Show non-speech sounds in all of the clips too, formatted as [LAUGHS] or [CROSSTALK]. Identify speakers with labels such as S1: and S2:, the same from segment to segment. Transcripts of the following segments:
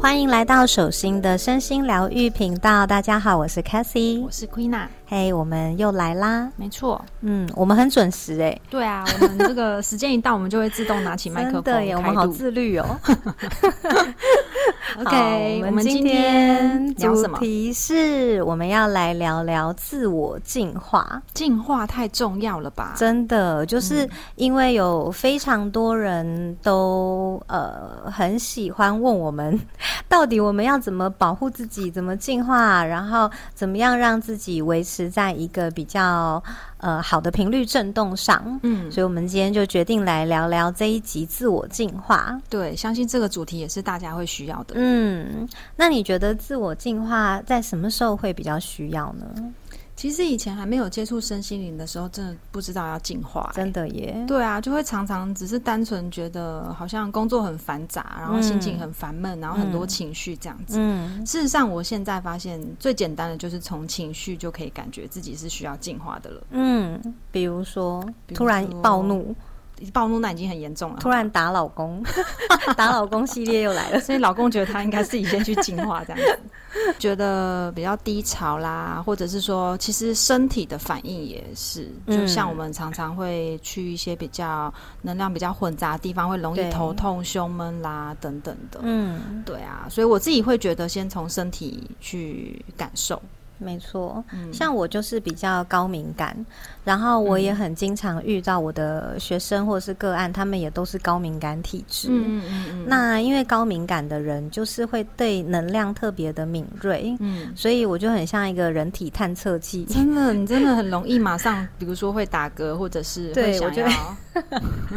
S1: 欢迎来到手心的身心疗愈频道。大家好，我是 Cassie
S2: 我。是 Queena，
S1: 嘿我们又来啦。
S2: 没错，
S1: 嗯，我们很准时哎、
S2: 对啊，我们这 [LAUGHS] 个时间一到，我们就会自动拿起麦克
S1: 真
S2: 风
S1: 的耶，我们
S2: 开
S1: 好
S2: 录。
S1: 自律
S2: [LAUGHS]
S1: 哦。
S2: OK，
S1: 好
S2: 我
S1: 我们
S2: 们
S1: 今
S2: 今
S1: 天
S2: 天聊
S1: 主
S2: 什么？
S1: 题是我们要来聊聊自我进化。
S2: 进化太重要了吧？
S1: 真的，就是
S2: 嗯
S1: 因为有非常多人都呃很喜欢问我们， [LAUGHS] 到底我们要怎么保护自己，怎么进化，然后怎么样让自己维持在一个比较呃好的频率振动上。
S2: 嗯，
S1: 所以，我们今天就决定来聊聊这一集自我进化。
S2: 对，相信这个主题也是大家会需要的。
S1: 嗯，那你觉得自我进化在什么时候会比较需要呢？
S2: 其实以前还没有接触身心灵的时候，真的不知道要进化、欸
S1: 真的耶，
S2: 对啊，就会常常只是单纯觉得好像工作很繁杂，然后心情很烦闷，然后很多情绪这样子。
S1: 嗯，
S2: 事实上，我现在发现最简单的就是从情绪就可以感觉自己是需要进化的了。
S1: 嗯，比如说
S2: 比如
S1: 突然
S2: 说
S1: 暴怒，
S2: 暴怒那已经很严重了，
S1: 突然打老 [LAUGHS] 公，打老公系列又来了。
S2: 所以老公觉得他应该自己先去进化这样子，觉得比较低潮啦，或者是说，其实身体的反应也是，
S1: 嗯
S2: 就像我们常常会去一些比较能量比较混杂的地方，会容
S1: 对
S2: 易头痛、胸闷啦等等的。
S1: 嗯，
S2: 对啊，所以我自己会觉得先从身体去感受，
S1: 没错，
S2: 嗯，
S1: 像我就是比较高敏感，然后我也很经常遇到我的学生或者是个案，他们也都是高敏感体质。
S2: 嗯嗯嗯嗯，
S1: 那因为高敏感的人就是会对能量特别的敏锐，
S2: 嗯。
S1: 所以我就很像一个人体探测器。
S2: 真的，你真的很容易马上，比如说会打嗝，或者是
S1: 对
S2: 会想
S1: 我就
S2: 要
S1: 会
S2: [LAUGHS]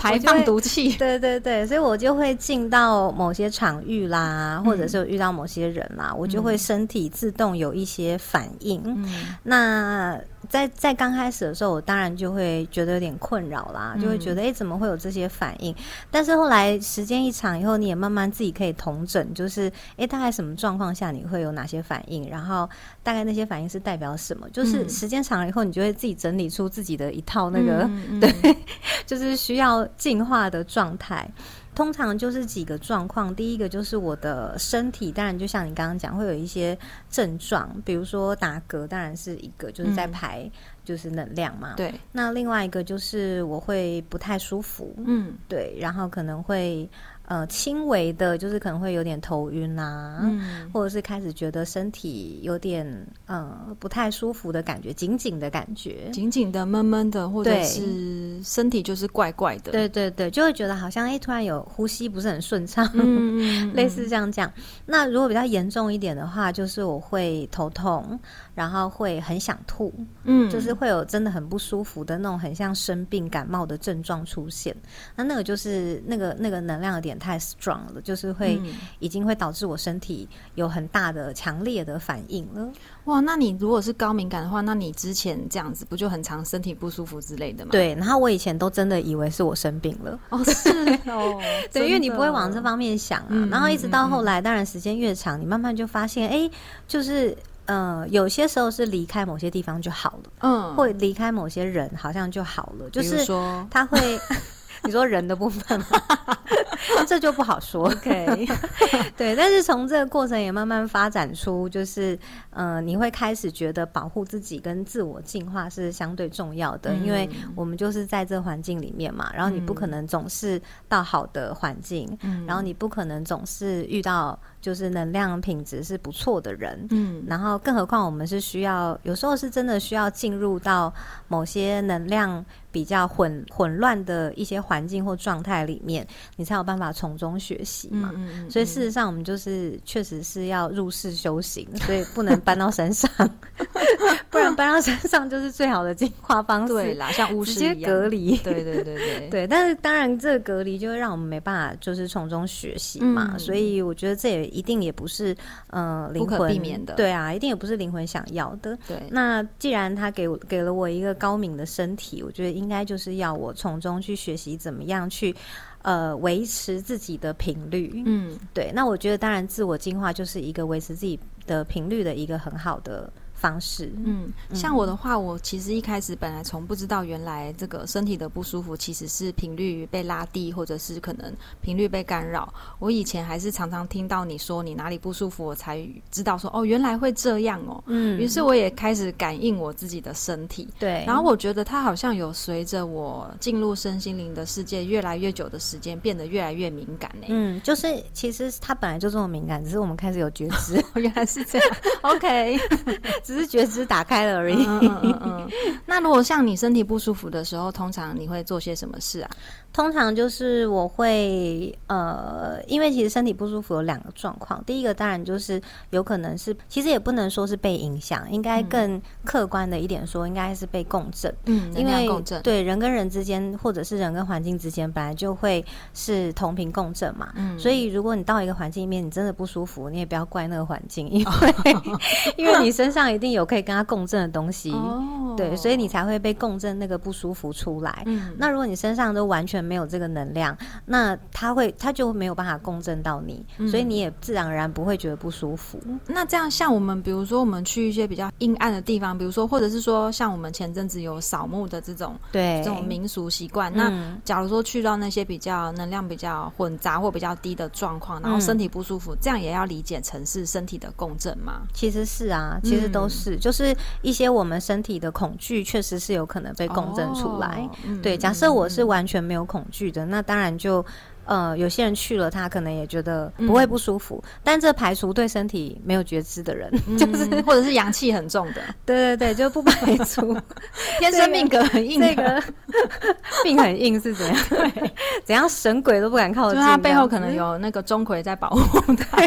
S2: 排
S1: 我就
S2: 放
S1: 会
S2: 毒
S1: [LAUGHS]
S2: 气。
S1: 对对对，所以我就会进到某些场域啦，或者是遇到某些人啦，我就会身体自动有一些反应。
S2: 嗯，
S1: 那在在刚开始的时候，我当然就会觉得有点困扰啦，
S2: 嗯
S1: 就会觉得诶怎么会有这些反应？但是后来时间一长以后，你也慢慢自己可以统整，就是诶大概什么状况下你会有哪些反应，然后大概那些反应是代表什么？就是
S2: 嗯
S1: 时间长了以后，你就会自己整理出自己的一套那个、
S2: 嗯，嗯
S1: 就是需要进化的状态。通常就是几个状况，第一个就是我的身体，当然就像你刚刚讲，会有一些症状，比如说打嗝，当然是一个，就是在
S2: 嗯
S1: 排就是能量嘛。。
S2: 对，
S1: 那另外一个就是我会不太舒服，
S2: 嗯
S1: 对，然后可能会呃轻微的，就是可能会有点头晕啊，
S2: 嗯，
S1: 或者是开始觉得身体有点呃不太舒服的感觉，紧紧的感觉。
S2: 紧紧的、闷闷的，或
S1: 对
S2: 者是身体就是怪怪的，
S1: 对对对，就会觉得好像哎、诶突然有呼吸不是很顺畅，
S2: 嗯，嗯，
S1: [LAUGHS]
S2: 嗯
S1: 类似这样讲。那如果比较严重一点的话，就是我会头痛，然后会很想吐，
S2: 嗯，
S1: 就是会有真的很不舒服的那种，很像生病感冒的症状出现。那那个就是那个那个能量有点太 strong 了，就是会、
S2: 嗯
S1: 已经会导致我身体有很大的强烈的反应
S2: 嗯
S1: 了。
S2: 哇，那你如果是高敏感的话，那你之前这样子不就很常身体不舒服之类的吗？，
S1: 对，然后我以前都真的以为是我生病了。，
S2: 哦是哦
S1: [LAUGHS] 对，因为你
S2: 真
S1: 不
S2: 的
S1: 会往这方面想啊。
S2: 嗯
S1: 然后一直到
S2: 嗯嗯
S1: 后来，当然时间越长，你慢慢就发现，哎，就是呃，有些时候是离开某些地方就好了，
S2: 嗯，
S1: 或离开某些人好像就好了，就
S2: 比如
S1: 是
S2: 说
S1: 他
S2: [LAUGHS]
S1: 会。你说人的部分吗？这就不好说。
S2: OK，
S1: [LAUGHS] 对，但是从这个过程也慢慢发展出，就是呃，你会开始觉得保护自己跟自我进化是相对重要的，
S2: 嗯
S1: 因为我们就是在这环境里面嘛，然后你不可能总是到好的环境，
S2: 嗯
S1: 然后你不可能总是遇到就是能量品质是不错的人。
S2: 嗯
S1: 然后，更何况我们是需要，有时候是真的需要进入到某些能量比较混混乱的一些环境或状态里面，你才有办法从中学习嘛。
S2: 嗯
S1: 所以事实上，我们就是确实是要入世修行，所以不能搬到山 [LAUGHS] 上，不然搬到山上就是最好的进化方
S2: 对
S1: 式，
S2: 啦，像巫
S1: 直
S2: 师
S1: 接
S2: 一样
S1: 隔，离。
S2: 对对对对，
S1: [LAUGHS] 对，但是当然，这个隔离就会让我们没办法，就是从中学习嘛。
S2: 嗯
S1: 所以我觉得这也一定也不是，呃，灵
S2: 不可
S1: 魂
S2: 避免的
S1: 对啊，一定也不是灵魂想要的。
S2: 对，
S1: 那既然他给我给了我一个高明的身体，我觉得应该就是要我从中去学习怎么样去，呃维持自己的频率。
S2: 嗯，
S1: 对，那我觉得当然自我进化就是一个维持自己的频率的一个很好的方式。
S2: 嗯，像我的话，我其实一开始本来从不知道，原来这个身体的不舒服其实是频率被拉低，或者是可能频率被干扰。我以前还是常常听到你说你哪里不舒服，我才知道说哦，原来会这样哦。
S1: 嗯，
S2: 于是我也开始感应我自己的身体，
S1: 对，
S2: 然后我觉得它好像有随着我进入身心灵的世界越来越久的时间，变得越来越敏感欸呢、
S1: 嗯，就是其实他本来就这么敏感，只是我们开始有觉
S2: [LAUGHS]
S1: 知，
S2: 哦， [LAUGHS] 原来是这样，OK。
S1: [LAUGHS] 只是觉知打开了而已。
S2: 嗯嗯嗯嗯嗯。 [LAUGHS] 那如果像你身体不舒服的时候，通常你会做些什么事啊？
S1: 通常就是我会呃，因为其实身体不舒服有两个状况，第一个当然就是有可能是，其实也不能说是被影响，应该更客观的一点说，应该是被共振。
S2: 嗯，能
S1: 因
S2: 量
S1: 为
S2: 共振。
S1: 对人跟人之间，或者是人跟环境之间，本来就会是同频共振嘛。
S2: 嗯
S1: 所以如果你到一个环境里面，你真的不舒服，你也不要怪那个环境，因为、
S2: [LAUGHS]
S1: 因为你身上一定有可以跟它共振的东西，
S2: 哦
S1: 对，所以你才会被共振那个不舒服出来。
S2: 嗯
S1: 那如果你身上都完全没有这个能量，那它会它就没有办法共振到你，
S2: 嗯哦
S1: 所以你也自然而然不会觉得不舒服。
S2: 那这样像我们，比如说我们去一些比较阴暗的地方，比如说或者是说像我们前阵子有扫墓的这种
S1: 对，
S2: 这种民俗习惯，那
S1: 嗯
S2: 假如说去到那些比较能量比较混杂或比较低的状况，然后
S1: 嗯
S2: 身体不舒服，这样也要理解成是身体的共振吗？
S1: 其实是啊，其实
S2: 嗯
S1: 都是，就是一些我们身体的恐惧，确实是有可能被共振出来。
S2: 哦嗯
S1: 对，假设我是完全没有恐惧的，那当然就。呃，有些人去了，他可能也觉得不
S2: 嗯
S1: 会不舒服，但这排除对身体没有觉知的
S2: [LAUGHS]
S1: 人，
S2: 就是、嗯或者是阳气很重的，
S1: 对对对，就不排除
S2: [LAUGHS] 天生命格很硬的，
S1: 这个
S2: [LAUGHS]
S1: 病很硬是怎样？怎样神鬼都不敢靠
S2: 就
S1: 近，
S2: 是它啊背
S1: 这
S2: 后可
S1: 样
S2: 能有嗯那个钟馗在保护 [LAUGHS] 它。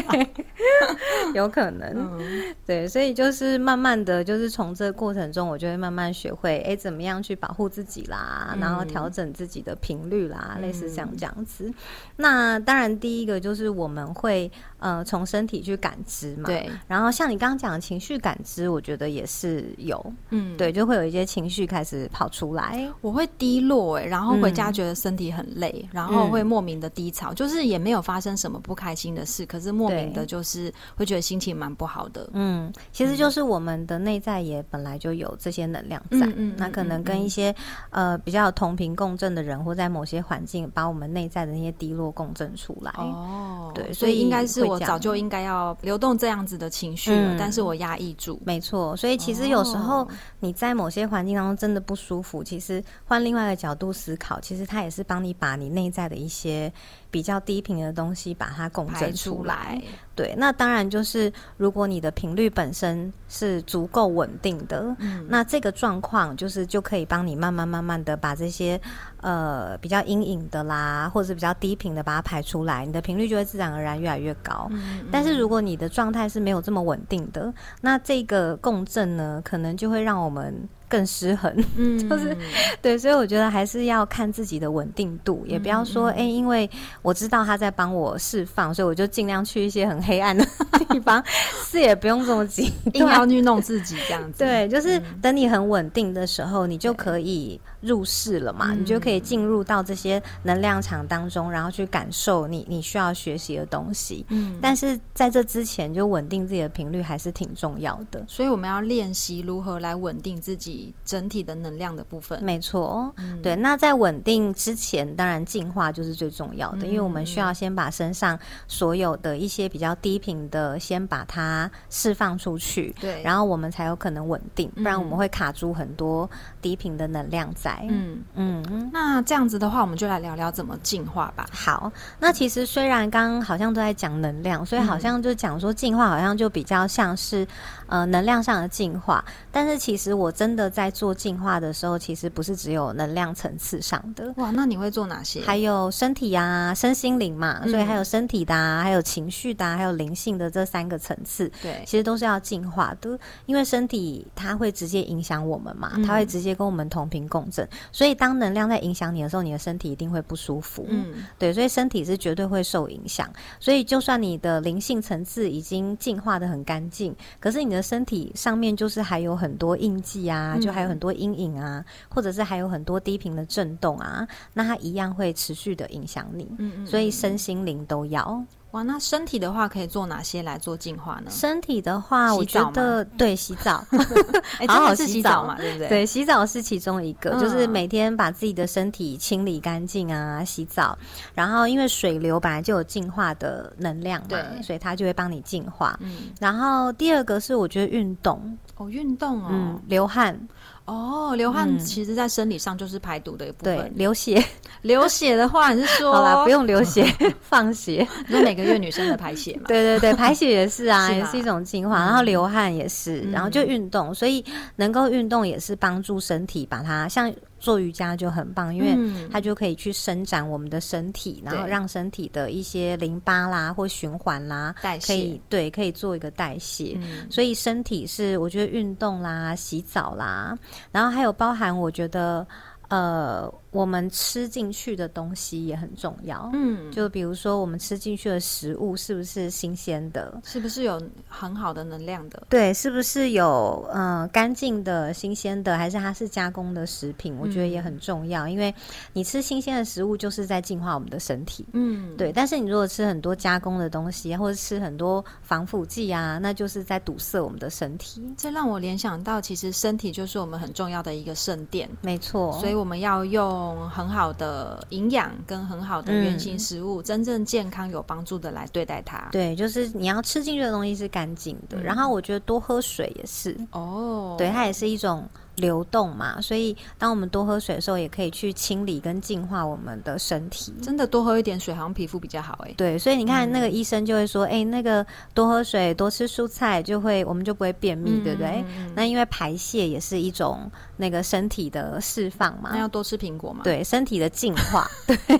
S1: 有可能。
S2: 嗯
S1: 对，所以就是慢慢的就是从这个过程中，我就会慢慢学会，哎，怎么样去保护自己啦，
S2: 嗯
S1: 然后调整自己的频率啦，
S2: 嗯
S1: 类似像这样子。那当然，第一个就是我们会呃从身体去感知嘛。。
S2: 对，
S1: 然后像你刚刚讲的情绪感知，我觉得也是有，
S2: 嗯，
S1: 对，就会有一些情绪开始跑出来。
S2: 我会低落哎、然后回
S1: 嗯
S2: 家觉得身体很累，然后会莫名的低潮，就是也没有发生什么不开心的事，可是莫名的就是会觉得心情蛮不好的。
S1: 嗯，其实就是我们的内在也本来就有这些能量在，
S2: 嗯嗯嗯
S1: 那可能跟一些、呃比较同频共振的人，或在某些环境，把我们内在的那些低落共振出来。
S2: 哦，
S1: 哎对
S2: 所
S1: 所以
S2: 以应该是
S1: 会
S2: 我
S1: 这样
S2: 早就应该要流动这样子的情绪了，
S1: 嗯
S2: 但是我压抑住。
S1: 没错，所以其实有时候
S2: 哦
S1: 你在某些环境当中真的不舒服，其实换另外一个角度思考，其实它也是帮你把你内在的一些比较低频的东西把它共
S2: 排
S1: 振
S2: 出
S1: 出
S2: 来
S1: 来。，对，那当然就是如果你的频率本身是足够稳定的，
S2: 嗯
S1: 那这个状况就是就可以帮你慢慢慢慢的把这些呃比较阴影的啦，或者是比较低频的把它排出来，你的频率就会自然而然越来越高。
S2: 嗯
S1: 但是如果你的状态是没有这么稳定的，那这个共振呢，可能就会让我们更失衡。
S2: 嗯，
S1: 就是对，所以我觉得还是要看自己的稳定度，也不要说
S2: 嗯
S1: 哎、诶因为我知道他在帮我释放，所以我就尽量去一些很黑暗的 [LAUGHS] 地方，是也不用这么急。
S2: 硬要嗯去弄自己
S1: [LAUGHS]
S2: 这样子。
S1: 对，就是等你很稳定的时候，你就可以入世了嘛，
S2: 嗯
S1: 你就可以进入到这些能量场当中，然后去感受你你需要学习的东西。
S2: 嗯，
S1: 但是在这之前，就稳定自己的频率还是挺重要的。
S2: 所以我们要练习如何来稳定自己整体的能量的部分。
S1: 没错，哦
S2: 嗯
S1: 对。那在稳定之前，当然净化就是最重要的，
S2: 嗯
S1: 因为我们需要先把身上所有的一些比较低频的，先把它释放出去，
S2: 对，后
S1: 然后我们才有可能稳定，
S2: 嗯
S1: 不然我们会卡住很多低频的能量在。
S2: 嗯。
S1: 嗯。
S2: 那这样子的话，我们就来聊聊怎么进化吧。
S1: 好，那其实虽然刚刚好像都在讲能量，所以
S2: 嗯
S1: 好像就讲说进化，好像就比较像是呃能量上的进化，但是其实我真的在做进化的时候，其实不是只有能量层次上的，
S2: 哇，那你会做哪些？
S1: 还有身体啊、身心灵嘛，
S2: 嗯
S1: 所以还有身体的、啊，还有情绪的、啊，还有灵性的这三个层次，
S2: 对，
S1: 其实都是要进化的，因为身体它会直接影响我们嘛，
S2: 嗯
S1: 它会直接跟我们同频共振，所以当能量在影响你的时候，你的身体一定会不舒服。
S2: 嗯
S1: 对，所以身体是绝对会受影响。所以就算你的灵性层次已经进化的很干净，可是你的身体上面就是还有很多印记啊、它就还有
S2: 嗯
S1: 很多阴影啊，或者是还有很多低频的震动啊，那它一样会持续的影响你。
S2: 嗯嗯，
S1: 所以身心灵都要。
S2: 哇，那身体的话可以做哪些来做净化呢？
S1: 身体的话，我
S2: 洗澡
S1: 觉得对洗澡，好
S2: 哎，真
S1: 好
S2: 的是
S1: 洗
S2: 洗
S1: 澡
S2: 澡嘛，对不对？
S1: 对洗澡是其中一个，就是
S2: 嗯
S1: 每天把自己的身体清理干净啊，洗澡。然后因为水流本来就有净化的能量嘛，
S2: 对
S1: 所以它就会帮你净化。
S2: 嗯，
S1: 然后第二个是我觉得运动，
S2: 哦，运动哦，
S1: 嗯，流汗，
S2: 哦，流汗
S1: 嗯
S2: 其实在生理上就是排毒的一部
S1: 对
S2: 分，。哦
S1: 流血， [LAUGHS]
S2: 流血的话，你是说
S1: 好啦，不用流
S2: [LAUGHS]
S1: 血，放血，
S2: 你说每个月女生的排血
S1: [LAUGHS]
S2: 嘛？
S1: 对对对，排血也是啊，
S2: 是
S1: 也
S2: 吧
S1: 是一种净化，然后流汗也是，
S2: 嗯
S1: 然后就运动，所以能够运动也是帮助身体把它，像做瑜伽就很棒，因为
S2: 嗯
S1: 它就可以去伸展我们的身体，然后
S2: 对
S1: 让身体的一些淋巴啦或循环啦，
S2: 代
S1: 可
S2: 谢，
S1: 以对，可以做一个代谢。
S2: 嗯，
S1: 所以身体是我觉得运动啦、洗澡啦，然后还有包含我觉得呃，我们吃进去的东西也很重要。
S2: 嗯，
S1: 就比如说我们吃进去的食物是不是新鲜的？
S2: 是不是有很好的能量的？
S1: 对，是不是有嗯、呃干净的、新鲜的，还是它是加工的食品？我觉得也很
S2: 嗯
S1: 重要，因为你吃新鲜的食物就是在净化我们的身体。
S2: 嗯，
S1: 对，但是你如果吃很多加工的东西，或者吃很多防腐剂啊，那就是在堵塞我们的身体。
S2: 这让我联想到，其实身体就是我们很重要的一个圣殿。
S1: 没错，
S2: 所以我们要用很好的营养跟很好的原型食物，真正健康有帮助的来嗯对待它。
S1: 对，就是你要吃进去的东西是干净的，
S2: 嗯
S1: 然后我觉得多喝水也是，
S2: 哦，
S1: 对，它也是一种流动嘛，所以当我们多喝水的时候，也可以去清理跟净化我们的身体。
S2: 真的多喝一点水，好像皮肤比较好哎、
S1: 对，所以你看，那个医生就会说，哎、那个多喝水、多吃蔬菜，就会我们就不会便秘，对不对？
S2: 嗯
S1: 那因为排泄也是一种那个身体的释放
S2: 那
S1: 嘛，
S2: 要多吃苹果嘛？ [LAUGHS]
S1: 对，身体的净化，苹
S2: An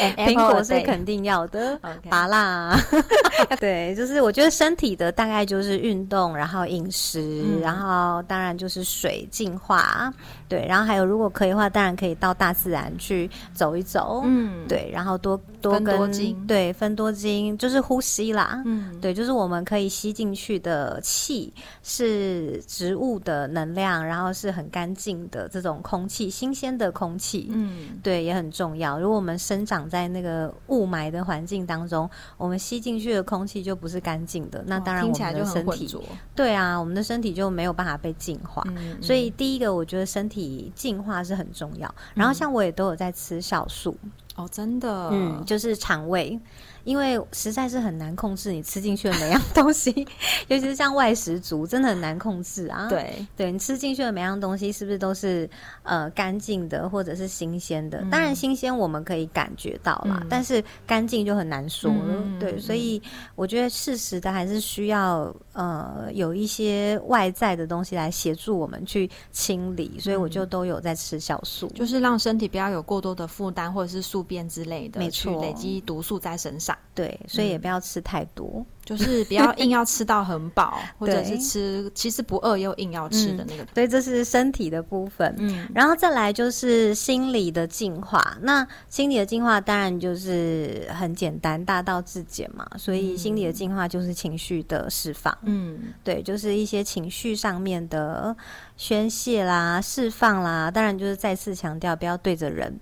S2: 哎 apple
S1: 果
S2: a
S1: 是
S2: day
S1: 肯定要的。
S2: OK
S1: 拔蜡、
S2: [LAUGHS]
S1: 啊，对，就是我觉得身体的大概就是运动，然后饮食，
S2: 嗯
S1: 然后当然就是水净化，对，然后还有如果可以的话，当然可以到大自然去走一走，
S2: 嗯，
S1: 对，然后多多
S2: 分
S1: 跟
S2: 多精
S1: 对分多精就是呼吸啦，
S2: 嗯，
S1: 对，就是我们可以吸进去的气是植物的能量，然后是很干净的这种空气，新鲜的空气，
S2: 嗯，
S1: 对，也很重要。如果我们生长在那个雾霾的环境当中，我们吸进去的空气就不是干净的，那
S2: 哇
S1: 当然
S2: 听
S1: 我
S2: 起来
S1: 们
S2: 就
S1: 的
S2: 很
S1: 身
S2: 浑
S1: 体，
S2: 浊，
S1: 对啊，我们的身体就没有办法被净化。
S2: 嗯，嗯
S1: 所以第一个，我觉得身体净化是很重要。然后像我也都有在吃酵素，
S2: 哦，真的，
S1: 嗯，就是肠胃，因为实在是很难控制你吃进去的每样东西， [LAUGHS] 尤其是像外食族，真的很难控制啊。，
S2: 对，
S1: 对你吃进去的每样东西是不是都是呃干净的或者是新鲜的？当然新鲜我们可以感觉到啦，
S2: 嗯
S1: 但是干净就很难说了。
S2: 嗯嗯嗯
S1: 对，
S2: 嗯
S1: 所以我觉得适时的还是需要呃有一些外在的东西来协助我们去清理，所以我就都有在吃酵素。
S2: 嗯就是让身体不要有过多的负担或者是宿便之类的，
S1: 没
S2: 去
S1: 错
S2: 累积毒素在身上，
S1: 对，所以
S2: 嗯
S1: 也不要吃太多。
S2: 就是不要硬要吃到
S1: [LAUGHS]
S2: 很饱，或者
S1: 对
S2: 是吃其实不饿又硬要吃的那个，
S1: 所以这是身体的部分。
S2: 嗯，
S1: 然后再来就是心理的进化。那心理的进化当然就是很简单，大道至简嘛。所以心理的进化就是情绪的释放，
S2: 嗯，
S1: 对，就是一些情绪上面的宣泄啦、释放啦。当然就是再次强调，不要对着人。，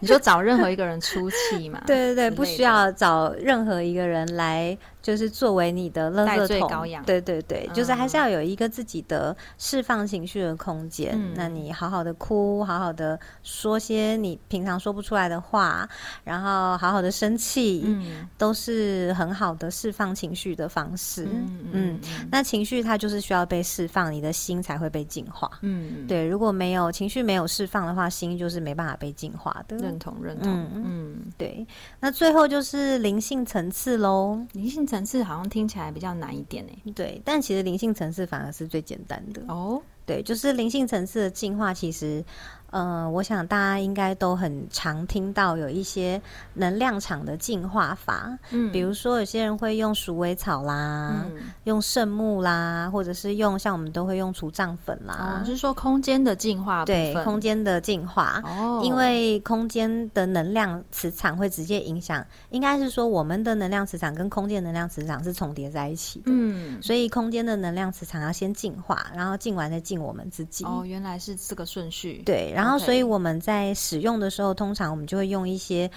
S2: 你就找任何一个人出气嘛
S1: 对对对，
S2: 啊之类的
S1: 不需要找任何一个人来，就是作为你的垃
S2: 代
S1: 圾
S2: 罪
S1: 桶。
S2: 羔羊
S1: 对对对，
S2: 嗯
S1: 就是还是要有一个自己的释放情绪的空间。
S2: 嗯
S1: 那你好好的哭，好好的说些你平常说不出来的话，然后好好的生气，
S2: 嗯
S1: 都是很好的释放情绪的方式。
S2: 嗯
S1: 嗯
S2: 嗯
S1: 那情绪它就是需要被释放，你的心才会被净化。
S2: 嗯，
S1: 对，如果没有情绪没有释放的话，心就是没办法被净化的。
S2: 认同认同，
S1: 嗯，
S2: 嗯，
S1: 对，那最后就是灵性层次喽。
S2: 灵性层次好像听起来比较难一点哎，
S1: 对，但其实灵性层次反而是最简单的。
S2: 哦，
S1: 对，就是灵性层次的进化，其实，呃，我想大家应该都很常听到有一些能量场的净化法，
S2: 嗯
S1: 比如说有些人会用鼠尾草啦，
S2: 嗯，
S1: 用圣木啦，或者是用像我们都会用除障粉
S2: 哦
S1: 啦，，
S2: 就是说空间的进化部
S1: 啊对
S2: 分，
S1: 空间的净化。
S2: 哦，
S1: 因为空间的能量磁场会直接影响，应该是说我们的能量磁场跟空间能量磁场是重叠在一起的，
S2: 嗯，
S1: 所以空间的能量磁场要先净化，然后净完再净我们自己。
S2: 哦，原来是这个顺序，，
S1: 对，然后
S2: OK
S1: 所以我们在使用的时候，通常我们就会用一些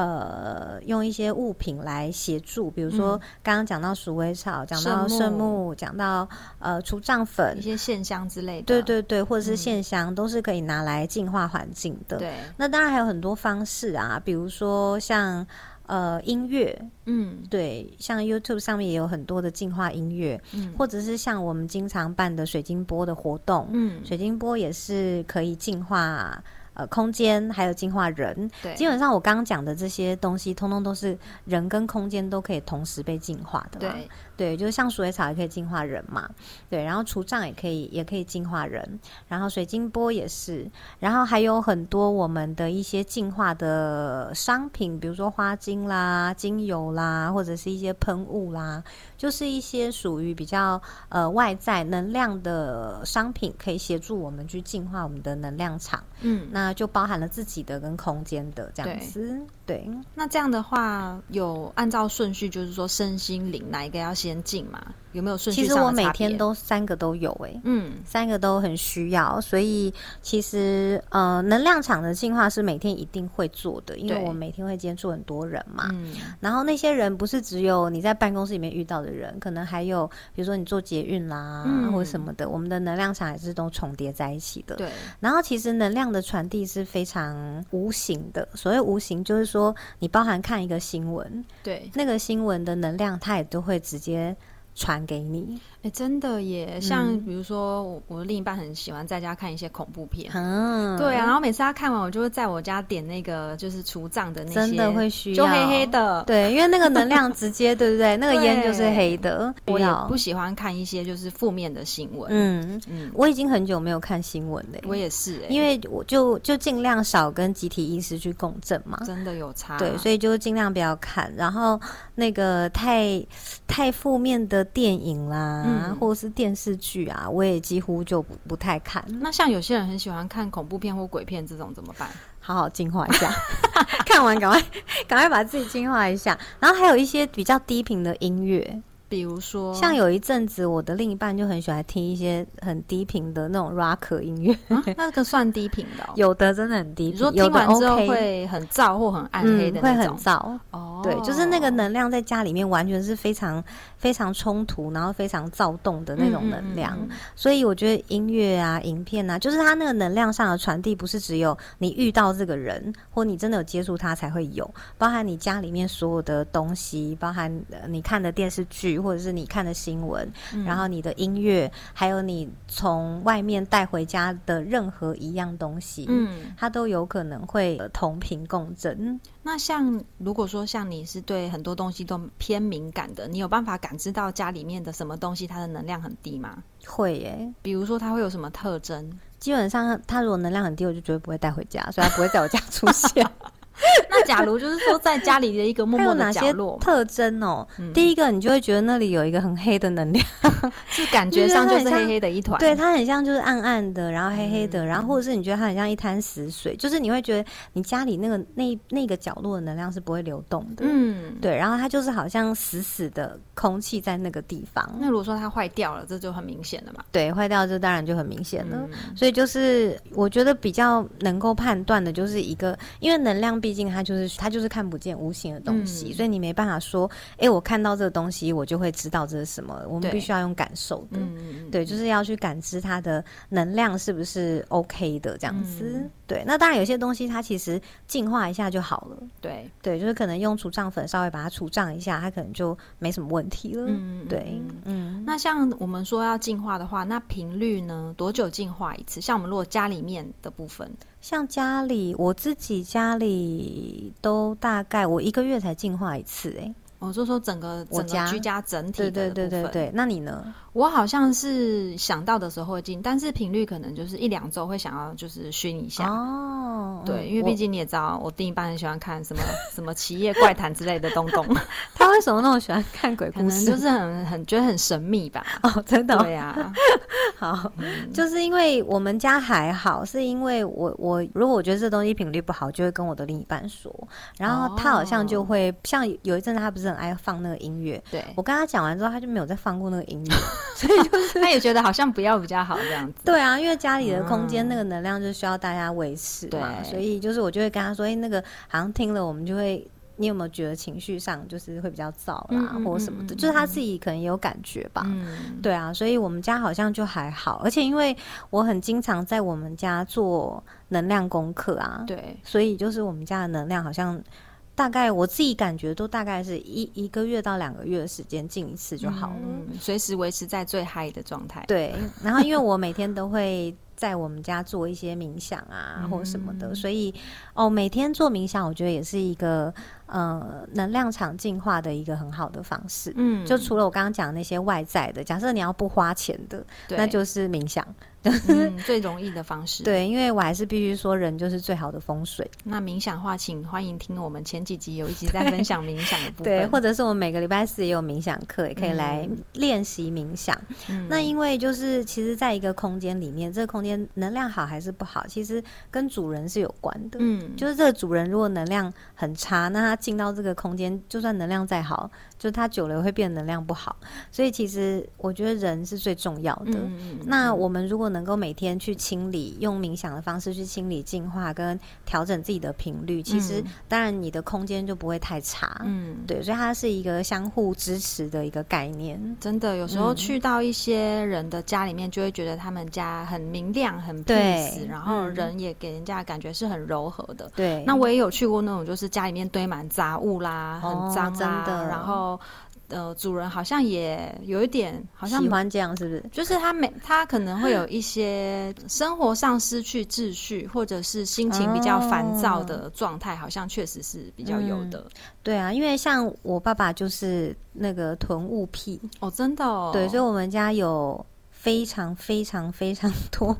S1: 呃用一些物品来协助，比如说
S2: 嗯
S1: 刚刚讲到鼠尾草，讲
S2: 圣
S1: 到圣
S2: 木
S1: 木，讲到呃除障粉
S2: 一，些现象之类的，
S1: 对对对，或者是
S2: 嗯
S1: 线香，都是可以拿来净化环境的。
S2: 对，
S1: 那当然还有很多方式啊，比如说像呃音乐，
S2: 嗯
S1: 对，像 YouTube 上面也有很多的净化音乐，
S2: 嗯
S1: 或者是像我们经常办的水晶波的活动，
S2: 嗯，
S1: 水晶波也是可以净化呃空间，还有净化人。
S2: 对，
S1: 基本上我刚刚讲的这些东西，通通都是人跟空间都可以同时被净化的嘛。
S2: 对，
S1: 对，就是像鼠尾草也可以净化人嘛，对，然后除障也可以，也可以净化人，然后水晶波也是，然后还有很多我们的一些净化的商品，比如说花精啦、精油啦，或者是一些喷雾啦，就是一些属于比较呃外在能量的商品，可以协助我们去净化我们的能量场，
S2: 嗯，
S1: 那就包含了自己的跟空间的这样
S2: 对
S1: 子，对。
S2: 那这样的话，有按照顺序，就是说身心灵哪一个要先进嘛？有没有顺序
S1: 其实
S2: 上的
S1: 我每
S2: 差别
S1: 天，都三个都有诶、欸
S2: 嗯
S1: 三个都很需要，所以其实呃，能量场的进化是每天一定会做的，因为
S2: 对
S1: 我每天会接触很多人嘛。
S2: 嗯
S1: 然后那些人不是只有你在办公室里面遇到的人，可能还有比如说你做捷运啦、
S2: 嗯
S1: 或者什么的，我们的能量场也是都重叠在一起的。
S2: 对，
S1: 然后其实能量的传递是非常无形的，所谓无形就是说你包含看一个新闻，
S2: 对，
S1: 那个新闻的能量它也都会直接传给你。
S2: 哎、真的
S1: 嗯
S2: 耶！像比如说，我我的另一半很喜欢在家看一些恐怖片，
S1: 嗯，
S2: 对啊，然后每次他看完，我就会在我家点那个就是除障的那些，
S1: 真的会需要，
S2: 就黑黑的。
S1: 对，因为那个能量直接，对不对？那个烟
S2: 对
S1: 就是黑的，
S2: 我也
S1: 要
S2: 不喜欢看一些就是负面的新闻，
S1: 嗯，
S2: 嗯，
S1: 我已经很久没有看新闻了耶，
S2: 我也是、哎，
S1: 因为我就就尽量少跟集体意识去共振嘛。
S2: 真的有差，
S1: 对，所以就尽量不要看，然后那个太太负面的电影啦，
S2: 嗯
S1: 或者是电视剧啊，我也几乎就不不太看，
S2: 那像有些人很喜欢看恐怖片或鬼片这种怎么办？
S1: 好好净化一
S2: [LAUGHS]
S1: 下，看完赶快赶快把自己净化一下。然后还有一些比较低频的音乐，
S2: 比如说
S1: 像有一阵子，我的另一半就很喜欢听一些很低频的那种 rock 音乐，。
S2: 啊，那个算低频的、哦
S1: 有的真的很低
S2: 你说
S1: 频，
S2: 听
S1: 有的
S2: 完之后
S1: OK，
S2: 会很燥或很暗黑
S1: 嗯，
S2: 的
S1: 会
S2: 那
S1: 很
S2: 种，
S1: 燥。
S2: 哦，
S1: 对，就是那个能量在家里面完全是非常非常冲突，然后非常躁动的那种能量。
S2: 嗯嗯嗯
S1: 所以我觉得音乐啊、影片啊，就是它那个能量上的传递，不是只有你遇到这个人，或你真的有接触他才会有，包含你家里面所有的东西，包含呃你看的电视剧，或者是你看的新闻，
S2: 嗯
S1: 然后你的音乐，还有你从外面带回家的任何一样东西，
S2: 嗯，
S1: 它都有可能会呃同频共振。
S2: 那像如果说像你是对很多东西都偏敏感的，你有办法感知到家里面的什么东西它的能量很低吗？
S1: 会耶、
S2: 比如说它会有什么特
S1: [LAUGHS]
S2: 征？
S1: 基本上它如果能量很低，我就绝对不会带回家，所以它不会在
S2: [LAUGHS]
S1: 我家出现。
S2: 那假如就是说在家里的一个默
S1: 它有
S2: 默
S1: 哪
S2: 的角
S1: 些
S2: 落嘛，
S1: 特征哦？
S2: 嗯
S1: 第一个，你就会觉得那里有一个很黑的能量，
S2: 是感觉上就是
S1: 就是很像
S2: 黑黑的一团，
S1: 对，它很像就是暗暗的，然后黑黑
S2: 嗯
S1: 的，然后或者是你觉得它很像一滩死水，就是你会觉得你家里那个那那个角落的能量是不会流动的。
S2: 嗯，
S1: 对，然后它就是好像死死的空气在那个地方，
S2: 那如果说它坏掉了，这就很明显了嘛，
S1: 对，坏掉这当然就很明显了。
S2: 嗯，
S1: 所以就是我觉得比较能够判断的，就是一个，因为能量毕竟它就是它就是看不见无形的东西，
S2: 嗯
S1: 所以你没办法说，哎、我看到这个东西，我就会知道这是什么。我们
S2: 对
S1: 必须要用感受的，
S2: 嗯嗯嗯，
S1: 对，就是要去感知它的能量是不是 OK 的这样子。
S2: 嗯
S1: 对，那当然有些东西它其实净化一下就好了。
S2: 对，
S1: 对，就是可能用除障粉稍微把它除障一下，它可能就没什么问题了。
S2: 嗯，嗯
S1: 对
S2: 嗯，
S1: 嗯，
S2: 那像我们说要净化的话，那频率呢？多久净化一次？像我们如果家里面的部分，
S1: 像家里我自己家里都大概我一个月才净化一次、欸，哎，
S2: 我哦就说整个
S1: 我
S2: 整
S1: 家
S2: 个居家整体
S1: 对
S2: 的
S1: 对
S2: 部
S1: 对对
S2: 分
S1: 对，那你呢？
S2: 我好像是想到的时候会进，但是频率可能就是一两周会想要就是熏一下。
S1: 哦，
S2: 对，
S1: 嗯
S2: 因为
S1: 我
S2: 毕竟你也知道，我另一半很喜欢看什么什么企业怪谈之类的东 [LAUGHS] 东，
S1: 他为什么那么喜 [LAUGHS] 欢看鬼
S2: 可
S1: 故
S2: 能
S1: 事？
S2: 就是很很觉得很神秘 [LAUGHS] 吧。
S1: 哦，真的哦、
S2: 对啊呀、
S1: 好，就是因为我们家还好，是因为我我如果我觉得这东西频率不好，就会跟我的另一半说，然后他好像就会、像有一阵子他不是很爱放那个音乐，
S2: 对，
S1: 我跟他讲完之后，他就没有再放过那个音乐。
S2: [LAUGHS] 他也觉得好像不要比较好这样子。
S1: 对啊，因为家里的空间
S2: 嗯
S1: 那个能量就需要大家维持嘛，
S2: 对
S1: 所以就是我就会跟他说，哎、那个好像听了我们就会。你有没有觉得情绪上就是会比较燥啦，
S2: 嗯嗯
S1: 或者什么的？
S2: 嗯嗯
S1: 就是他自己可能也有感觉吧。
S2: 嗯，
S1: 对啊，所以我们家好像就还好，而且因为我很经常在我们家做能量功课啊，，
S2: 对，
S1: 所以就是我们家的能量好像大概我自己感觉都大概是一一个月到两个月的时间进一次就好了。
S2: 嗯，随时维持在最嗨的状态。
S1: 对，
S2: [LAUGHS]
S1: 然后因为我每天都会在我们家做一些冥想
S2: 嗯
S1: 啊，或什么的，所以哦，每天做冥想，我觉得也是一个呃能量场净化的一个很好的方式。
S2: 嗯，
S1: 就除了我刚刚讲的那些外在的，假设你要不花钱的，
S2: 对
S1: 那就是 [LAUGHS] 冥想。
S2: 嗯最容易的方式。，
S1: 对，因为我还是必须说，人就是最好的风水。
S2: 那冥想的话，请欢迎听我们前几集有一集在分享冥想的部分。
S1: 对，或者是我们每个礼拜四也有冥想课，也可以来练习冥想。
S2: 嗯
S1: 那因为就是其实，在一个空间里面，这个空间能量好还是不好，其实跟主人是有关的。
S2: 嗯，
S1: 就是这个主人如果能量很差，那他进到这个空间，就算能量再好，就他久了会变能量不好。所以其实我觉得人是最重要的。
S2: 嗯
S1: 那我们如果能够每天去清理，用冥想的方式去清理、净化跟调整自己的频率，其实啊
S2: 嗯
S1: 当然你的空间就不会太差。
S2: 嗯，
S1: 对，所以它是一个相互支持的一个概念。
S2: 真的有时
S1: 嗯
S2: 候去到一些人的家里面，就会觉得他们家很明亮、很
S1: 对
S2: peace，然后
S1: 嗯
S2: 人也给人家的感觉是很柔和的。
S1: 对，
S2: 那我也有去过那种，就是家里面堆满杂物啦，
S1: 哦
S2: 很脏啦，
S1: 真的
S2: 然后呃，主人好像也有一点，好像
S1: 喜欢这样是不是？
S2: 就是他每他可能会有一些生活上失去秩序，或者是心情比较烦躁
S1: 啊
S2: 的状态，好像确实是比较有的、
S1: 对啊，因为像我爸爸就是那个囤物癖，
S2: 哦，真的哦，
S1: 对，所以我们家有非常非常非常多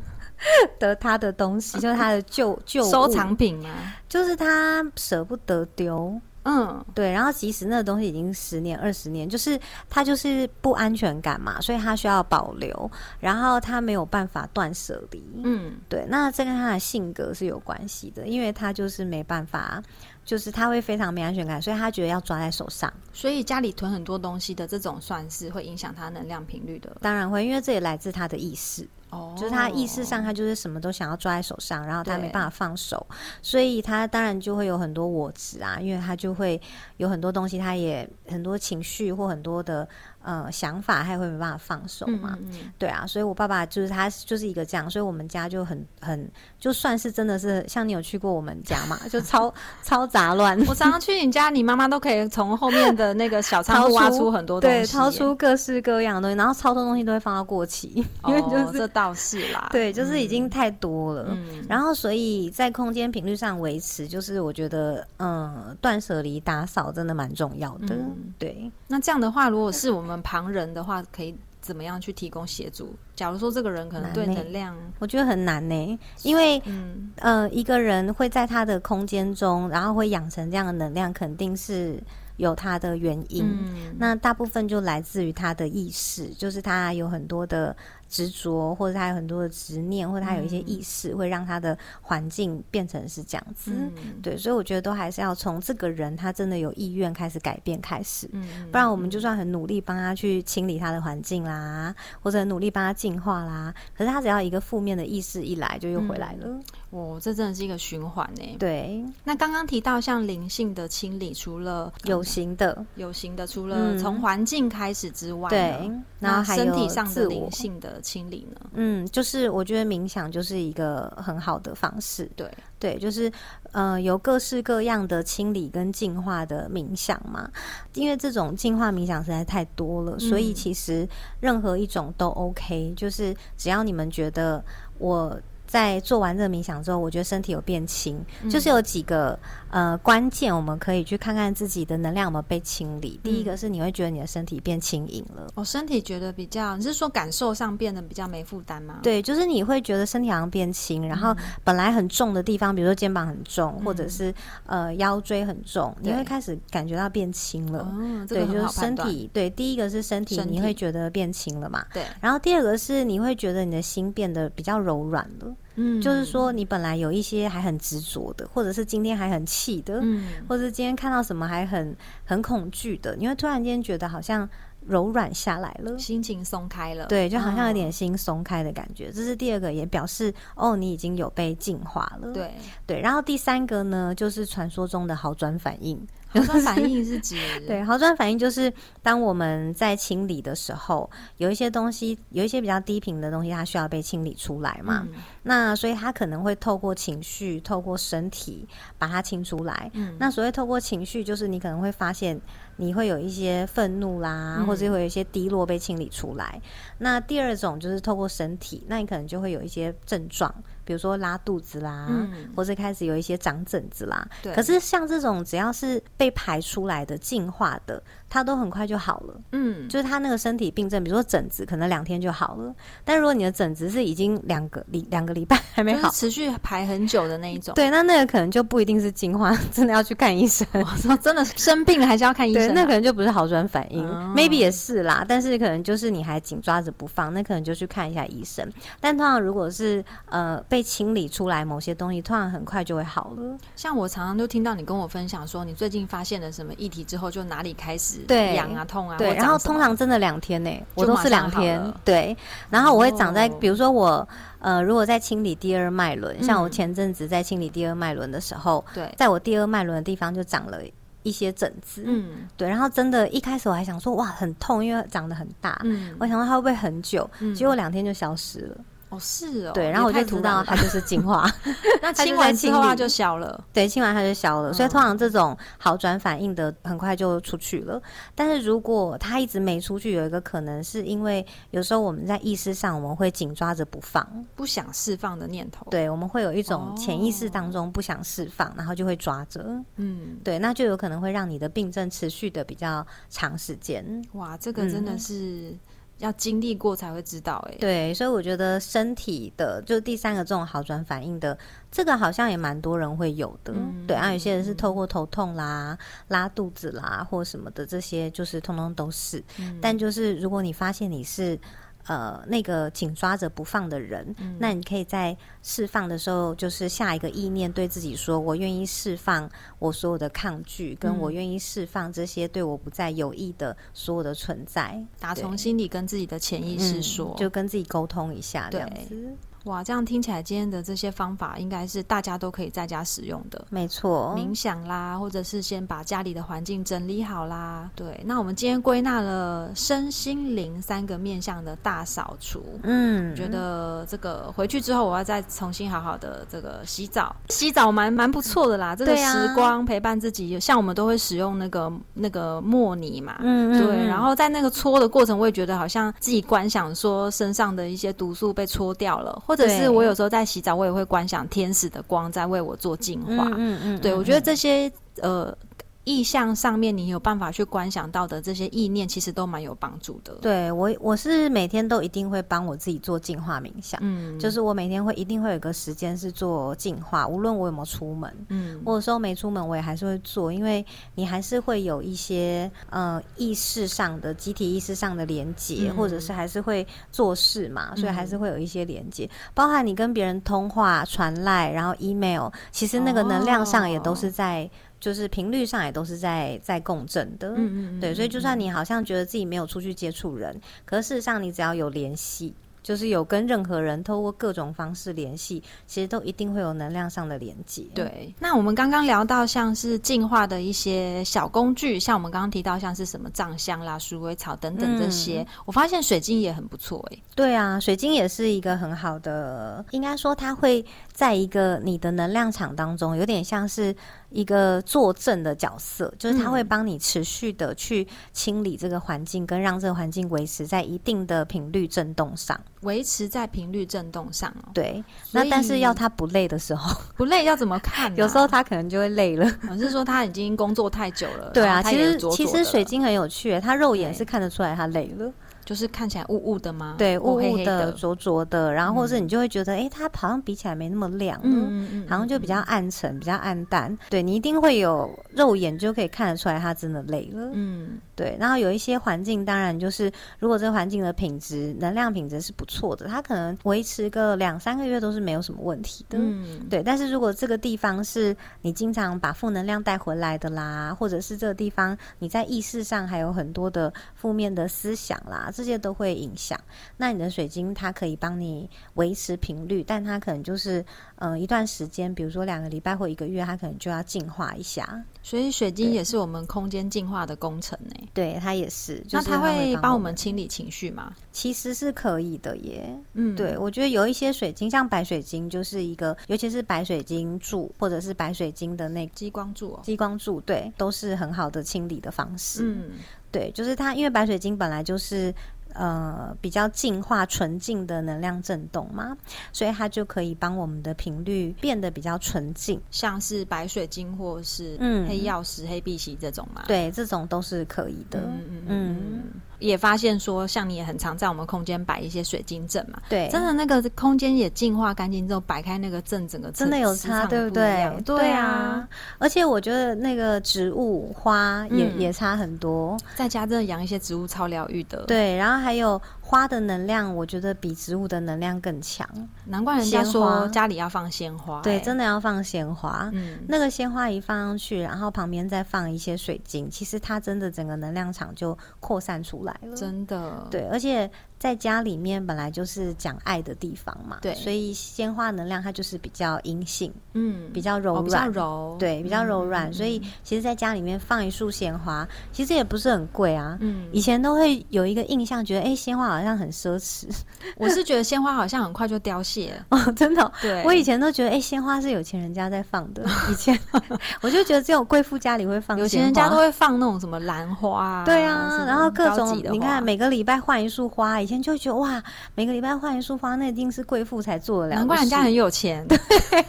S1: 的他的东
S2: [LAUGHS]
S1: 西，就是他的旧旧物
S2: 收，藏品
S1: [LAUGHS]
S2: 嘛，
S1: 就是他舍不得丢。
S2: 嗯，
S1: 对，然后即使那个东西已经十年、二十年，就是他就是不安全感嘛，所以他需要保留，然后他没有办法断舍离。
S2: 嗯，
S1: 对，那这跟他的性格是有关系的，因为他就是没办法，就是他会非常没安全感，所以他觉得要抓在手上。
S2: 所以家里囤很多东西的这种，算是会影响他能量频率的
S1: 当然会，因为这也来自他的意识，
S2: 哦
S1: 就是他意识上他就是什么都想要抓在手上，然后他
S2: 对
S1: 没办法放手，所以他当然就会有很多我执啊，因为他就会有很多东西，他也很多情绪或很多的呃想法，他也会没办法放手
S2: 嗯
S1: 嘛。
S2: 嗯嗯
S1: 对啊，所以我爸爸就是他就是一个这样，所以我们家就很很就算是真的是像你有去过我们家嘛，就 [LAUGHS] 超超杂乱， [LAUGHS]
S2: 我常常去你家，你妈妈都可以从后面的那个小仓
S1: 掏
S2: 库
S1: 出
S2: 挖出很多东西耶，
S1: 对，掏出各式各样的东西，然后超多东西都会放到过 [LAUGHS] 期，因为就
S2: 哦，
S1: 是、
S2: 这倒是啦，
S1: 对，就是已经太多了。
S2: 嗯，嗯，
S1: 然后，所以在空间频率上维持，就是我觉得，嗯，断舍离打扫真的蛮重要的。
S2: 嗯
S1: 对，
S2: 那这样的话，如果是我们旁人的话，可以怎么样去提供协助？假如说这个人可能对
S1: 难欸
S2: 能量，
S1: 我觉得很难呢、因为
S2: 嗯，
S1: 呃，一个人会在他的空间中，然后会养成这样的能量，肯定是有他的原因。
S2: 嗯
S1: 那大部分就来自于他的意识，就是他有很多的执着，或者他有很多的执念，或者他有一
S2: 嗯
S1: 些意识，会让他的环境变成是这样子。
S2: 嗯
S1: 对，所以我觉得都还是要从这个人他真的有意愿开始改变开始。
S2: 嗯
S1: 不然我们就算很努力帮他去清理他的环境啦，或者很努力帮他净化啦，可是他只要一个负面的意识一来，就又回来
S2: 嗯
S1: 了。
S2: 我这真的是一个循环呢。
S1: 对，
S2: 那刚刚提到像灵性的清理，除了呃
S1: 有形的，
S2: 有形的，除了
S1: 嗯
S2: 从环境开始之外，
S1: 对，，然后
S2: 那
S1: 还
S2: 身体
S1: 有
S2: 上的
S1: 自我
S2: 灵。性的清理呢？
S1: 嗯，就是我觉得冥想就是一个很好的方式，
S2: 对，
S1: 对，就是呃有各式各样的清理跟净化的冥想嘛，因为这种净化冥想实在太多了，所以
S2: 嗯
S1: 其实任何一种都 OK，就是只要你们觉得我在做完这个冥想之后，我觉得身体有变轻，
S2: 嗯
S1: 就是有几个呃关键，我们可以去看看自己的能量有没有被清理。第一
S2: 嗯
S1: 个是你会觉得你的身体变轻盈了。
S2: 我身体觉得比较，你是说感受上变得比较没负担吗？
S1: 对，就是你会觉得身体好像变轻，然后
S2: 嗯
S1: 本来很重的地方，比如说肩膀很重，或者是呃腰椎很重，你
S2: 对
S1: 会开始感觉到变轻了。
S2: 哦，这
S1: 对，
S2: 个很
S1: 就
S2: 好
S1: 是身
S2: 判断。
S1: 体，对，第一个是身体，
S2: 身
S1: 你会
S2: 体
S1: 觉得变轻了嘛？
S2: 对，
S1: 然后第二个是你会觉得你的心变得比较柔软了，
S2: 嗯
S1: 就是，说你本来有一些还很执着的，或者是今天还很气的，
S2: 嗯，
S1: 或者是今天看到什么还很很恐惧的，你会突然间觉得好像柔软下来了。
S2: 心情松开了，
S1: 对，就好像有
S2: 哦
S1: 点心松开的感觉，这是第二个，也表示哦，你已经有被净化了。[LAUGHS]
S2: 哦对。
S1: 对，然后第三个呢，就是传说中的好转反应。
S2: 好像反应是指
S1: 对，好转反应就是当我们在清理的时候，有一些东西，有一些比较低频的东西，它需要被清理出来嘛。
S2: 嗯
S1: 那所以它可能会透过情绪，透过身体把它清出来。
S2: 嗯
S1: 那所谓透过情绪，就是你可能会发现你会有一些愤怒啦，
S2: 嗯
S1: 或者会有一些低落被清理出来。那第二种就是透过身体，那你可能就会有一些症状，比如说拉肚子啦，
S2: 嗯
S1: 或者开始有一些长疹子啦。
S2: 对，
S1: 可是像这种只要是被排出来的、净化的，它都很快就好了。
S2: 嗯，
S1: 就是它那个身体病症，比如说疹子，可能两天就好了。但如果你的疹子是已经两个礼两个礼拜还没
S2: 就
S1: 好
S2: 是，持续排很久的那一种。
S1: 对，那那个可能就不一定是进化， [LAUGHS] 真的要去看医生。
S2: 我说真的生病了还是要看医
S1: 对，
S2: 生啊。
S1: 那可能就不是好转反应、
S2: 哦
S1: m a y b e 也是啦，但是可能就是你还紧抓着不放，那可能就去看一下医生。但通常如果是呃被清理出来某些东西，通常很快就会好了。
S2: 像我常常就听到你跟我分享说，你最近发现了什么议题之后，就哪里开始
S1: 对
S2: 痒啊、痛啊，
S1: 对，
S2: 或长
S1: 然后
S2: 什么
S1: 通常真的两天呢、我
S2: 就
S1: 都
S2: 马
S1: 是两
S2: 上好
S1: 天
S2: 了。
S1: 对，然后我会长在，
S2: 哦
S1: 比如说我呃，如果在清理第二脉轮，像我
S2: 嗯
S1: 前阵子在清理第二脉轮的时候，
S2: 对，
S1: 在我第二脉轮的地方就长了一些疹子。
S2: 嗯
S1: 对，然后真的，一开始我还想说哇很痛，因为长得很大， [LAUGHS]
S2: 嗯，
S1: 我想到它会不会很久，
S2: 嗯
S1: 结果两天就消失了。
S2: 哦是哦，
S1: 对，然后我
S2: 也
S1: 就
S2: 太突
S1: 知
S2: 然
S1: 道
S2: 了吧
S1: 它就是进化，
S2: [LAUGHS] 那
S1: 它就
S2: 清
S1: 在
S2: 完之
S1: 清
S2: 后它啊
S1: 理
S2: 就消了，
S1: 对，清完它就消了。所以
S2: 嗯
S1: 通常这种好转反应的很快就出去了。但是如果它一直没出去，有一个可能是因为有时候我们在意识上我们会紧抓着不放，
S2: 不想释放的念头。，
S1: 对，我们会有一种潜意识
S2: 哦
S1: 当中不想释放，然后就会抓着，
S2: 嗯，
S1: 对，那就有可能会让你的病症持续的比较长时间。
S2: 哇，这个真的
S1: 嗯
S2: 是要经历过才会知道，哎，
S1: 对，所以我觉得身体的，就第三个这种好转反应的，这个好像也蛮多人会有的。
S2: 嗯
S1: 对啊，有些人是透过头痛啦、拉肚子啦或什么的，这些就是通通都是。
S2: 嗯
S1: 但就是如果你发现你是呃那个紧抓着不放的人，
S2: 嗯
S1: 那你可以在释放的时候，就是下一个意念对自己说：我愿意释放我所有的抗拒，跟
S2: 嗯
S1: 我愿意释放这些对我不再有益的所有的存在。
S2: 打
S1: 对
S2: 从心里跟自己的潜意识
S1: 嗯
S2: 说，
S1: 就跟自己沟通一下，这
S2: 对
S1: 样子，
S2: 哇，这样听起来今天的这些方法应该是大家都可以在家使用的。
S1: 没错，
S2: 冥想啦，或者是先把家里的环境整理好啦。对，那我们今天归纳了身心灵三个面向的大扫除。
S1: 嗯，
S2: 觉得这个回去之后，我要再重新好好的这个洗澡，洗澡蛮蛮不错的啦。这个
S1: 对啊
S2: 时光陪伴自己，像我们都会使用那个那个墨泥嘛，
S1: 嗯，嗯
S2: 对，
S1: 嗯
S2: 然后在那个搓的过程，我也觉得好像自己观想说身上的一些毒素被搓掉了，或者是
S1: 对
S2: 我有时候在洗澡，我也会观想天使的光在为我做净
S1: 嗯
S2: 化。
S1: 嗯嗯，
S2: 对，
S1: 嗯
S2: 我觉得这些呃意象上面，你有办法去观想到的这些意念，其实都蛮有帮助的。，
S1: 对我我是每天都一定会帮我自己做净化冥想，
S2: 嗯，
S1: 就是我每天会一定会有个时间是做净化，无论我有没有出门。
S2: 嗯，
S1: 我有时候没出门，我也还是会做，因为你还是会有一些呃意识上的、集体意识上的连接，
S2: 嗯
S1: 或者是还是会做事嘛，所以还是
S2: 嗯
S1: 会有一些连接，包含你跟别人通话、传赖，然后 email，其实那个能量上也都
S2: 哦
S1: 是在，就是频率上也都是在在共振的。
S2: 嗯嗯嗯，
S1: 对，所以就算
S2: 你
S1: 你好像觉得自己没有出去接触人，可是事实上你只要有联系，就是有跟任何人透过各种方式联系，其实都一定会有能量上的连接。
S2: 对，那我们刚刚聊到像是进化的一些小工具，像我们刚刚提到像是什么藏香啦、鼠尾草等等这些，
S1: 嗯
S2: 我发现水晶也很不错哎、
S1: 对啊，水晶也是一个很好的，应该说它会在一个你的能量场当中，有点像是一个坐镇的角色，就是他会帮你持续的去清理这个环境，跟让这个环境维持在一定的频率震动上。
S2: 维持在频率震动上哦。
S1: 对，
S2: 所
S1: 那
S2: 以
S1: 但是要他不累的时候，
S2: 不累要怎么看、啊
S1: [LAUGHS] 有时候，他可能就会累了。
S2: 我是说他已经工作太久了。
S1: 对
S2: 然
S1: 啊，
S2: 后他
S1: 其
S2: 也
S1: 实
S2: 灼灼
S1: 其
S2: 的
S1: 实
S2: 了
S1: 水晶很有趣耶，他肉眼
S2: 对
S1: 是看得出来他累了，
S2: 就是看起来雾雾的吗？
S1: 对，
S2: 或
S1: 雾
S2: 黑
S1: 雾
S2: 黑的。
S1: 灼灼的，然后或是你就会觉得，哎，它好像比起来没那么亮，嗯，
S2: 嗯嗯嗯，
S1: 好像就比较暗沉，比较暗淡。对你一定会有肉眼就可以看得出来，它真的累了。
S2: 嗯
S1: 对，然后有一些环境，当然就是如果这个环境的品质、能量品质是不错的，它可能维持个两三个月都是没有什么问题的。
S2: 嗯，
S1: 对，但是如果这个地方是你经常把负能量带回来的啦，或者是这个地方你在意识上还有很多的负面的思想啦，这些都会影响。那你的水晶它可以帮你维持频率，但它可能就是呃一段时间，比如说两个礼拜或一个月，它可能就要净化一下。
S2: 所以水晶
S1: 对
S2: 也是我们空间净化的工程呢、
S1: 对，它也是，就
S2: 那
S1: 是
S2: 它会帮我
S1: 我
S2: 们，清理情绪吗？
S1: 其实是可以的耶。
S2: 嗯，
S1: 对，我觉得有一些水晶，像白水晶，就是一个，尤其是白水晶柱或者是白水晶的那个
S2: 激光柱哦。
S1: 激光柱，对，都是很好的清理的方式。，
S2: 嗯，
S1: 对，就是它，因为白水晶本来就是。呃，比较净化、纯净的能量震动嘛，所以它就可以帮我们的频率变得比较纯净。
S2: 像是白水晶或是
S1: 嗯
S2: 黑曜石、黑碧玺这种嘛。
S1: 对，这种都是可以的。
S2: 嗯嗯嗯
S1: 嗯，
S2: 嗯。也发现说，像你也很常在我们空间摆一些水晶阵嘛，
S1: 对，
S2: 真的那个空间也净化干净之后，摆开那个阵，整个
S1: 真的
S2: 磁
S1: 有
S2: 磁
S1: 差，
S2: 场
S1: 对
S2: 不
S1: 不
S2: 一
S1: 对
S2: 样？
S1: 对
S2: 对啊，，
S1: 而且我觉得那个植物花也、
S2: 嗯
S1: 也差很多。
S2: 在家真的养一些植物超疗愈的，，
S1: 对，然后还有花的能量，我觉得比植物的能量更强。
S2: 难怪人家
S1: 鲜
S2: 说
S1: 花
S2: 家里要放鲜花、
S1: 对，真
S2: 的，
S1: 的要放鲜花。
S2: 嗯，
S1: 那个鲜花一放上去，然后旁边再放一些水晶，其实它真的整个能量场就扩散出来了。
S2: 真的，，
S1: 对，而且在家里面本来就是讲爱的地方嘛，
S2: 对
S1: 所以鲜花能量它就是比较阴性，
S2: 嗯，
S1: 比较
S2: 哦
S1: 柔
S2: 比较
S1: 软，
S2: 柔，
S1: 对，比较柔软。
S2: 嗯
S1: 所以其实在家里面放一束鲜花，其实也不是很贵啊。
S2: 嗯，
S1: 以前都会有一个印象，觉得哎，鲜花好像很奢侈 [LAUGHS]
S2: 我是觉得鲜花好像很快就凋谢，
S1: 哦，真的哦、
S2: 对，
S1: 我以前都觉得，哎、鲜花是有钱人家在放的。以前 [LAUGHS] 我就觉得只有贵妇家里会放鲜花，
S2: 有钱人家都会放那种什么兰花啊，
S1: 对
S2: 什
S1: 啊，
S2: 么
S1: 然后各
S2: 高
S1: 种
S2: 级的
S1: 你
S2: 花
S1: 看，每个礼拜换一束花，以前就会觉得哇，每个礼拜换一束花，那一定是贵妇才做得了的
S2: 难怪人家
S1: 事
S2: 很有钱，对，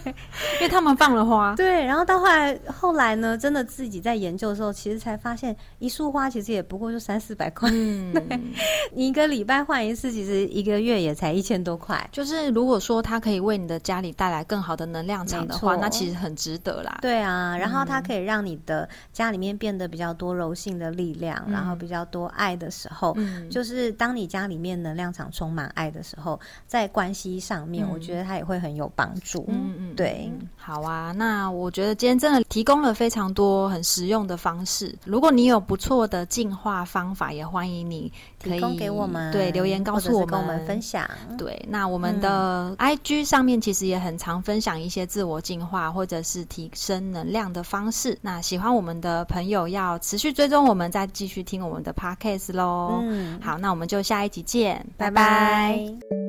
S2: 因为他们放了花，
S1: 对。然后到后来后来呢，真的自己在研究的时候，其实才发现一束花其实也不过就三四百块，
S2: 嗯，
S1: 你一个礼拜换一次，其实一个月也才一千多块。
S2: 就是如果说它可以为你的家里带来更好的能量场的话，
S1: 没错
S2: 那其实很值得啦。
S1: 对啊，然后
S2: 嗯
S1: 它可以让你的家里面变得比较多柔性的力量，然后
S2: 嗯
S1: 比较多爱的时候，
S2: 嗯，
S1: 就是当你家里面能量场充满爱的时候，在关系上面，
S2: 嗯
S1: 我觉得它也会很有帮助。
S2: 嗯嗯，
S1: 对
S2: 嗯好啊。那我觉得今天真的提供了非常多很实用的方式。如果你有不错的净化方法，也欢迎你可以
S1: 提供给我们，
S2: 对留言告
S1: 或者
S2: 诉
S1: 是
S2: 我
S1: 跟我们分
S2: 们。
S1: 享。
S2: 对，那我们
S1: 嗯
S2: 的 I G 上面其实也很常分享一些自我净化或者是提升能量的方式。那喜欢我们的朋友要持续追踪我们，再继续听我们的 Podcast 喽。
S1: 嗯，
S2: 好，那我们就下一集见，
S1: 拜
S2: 哦拜
S1: 拜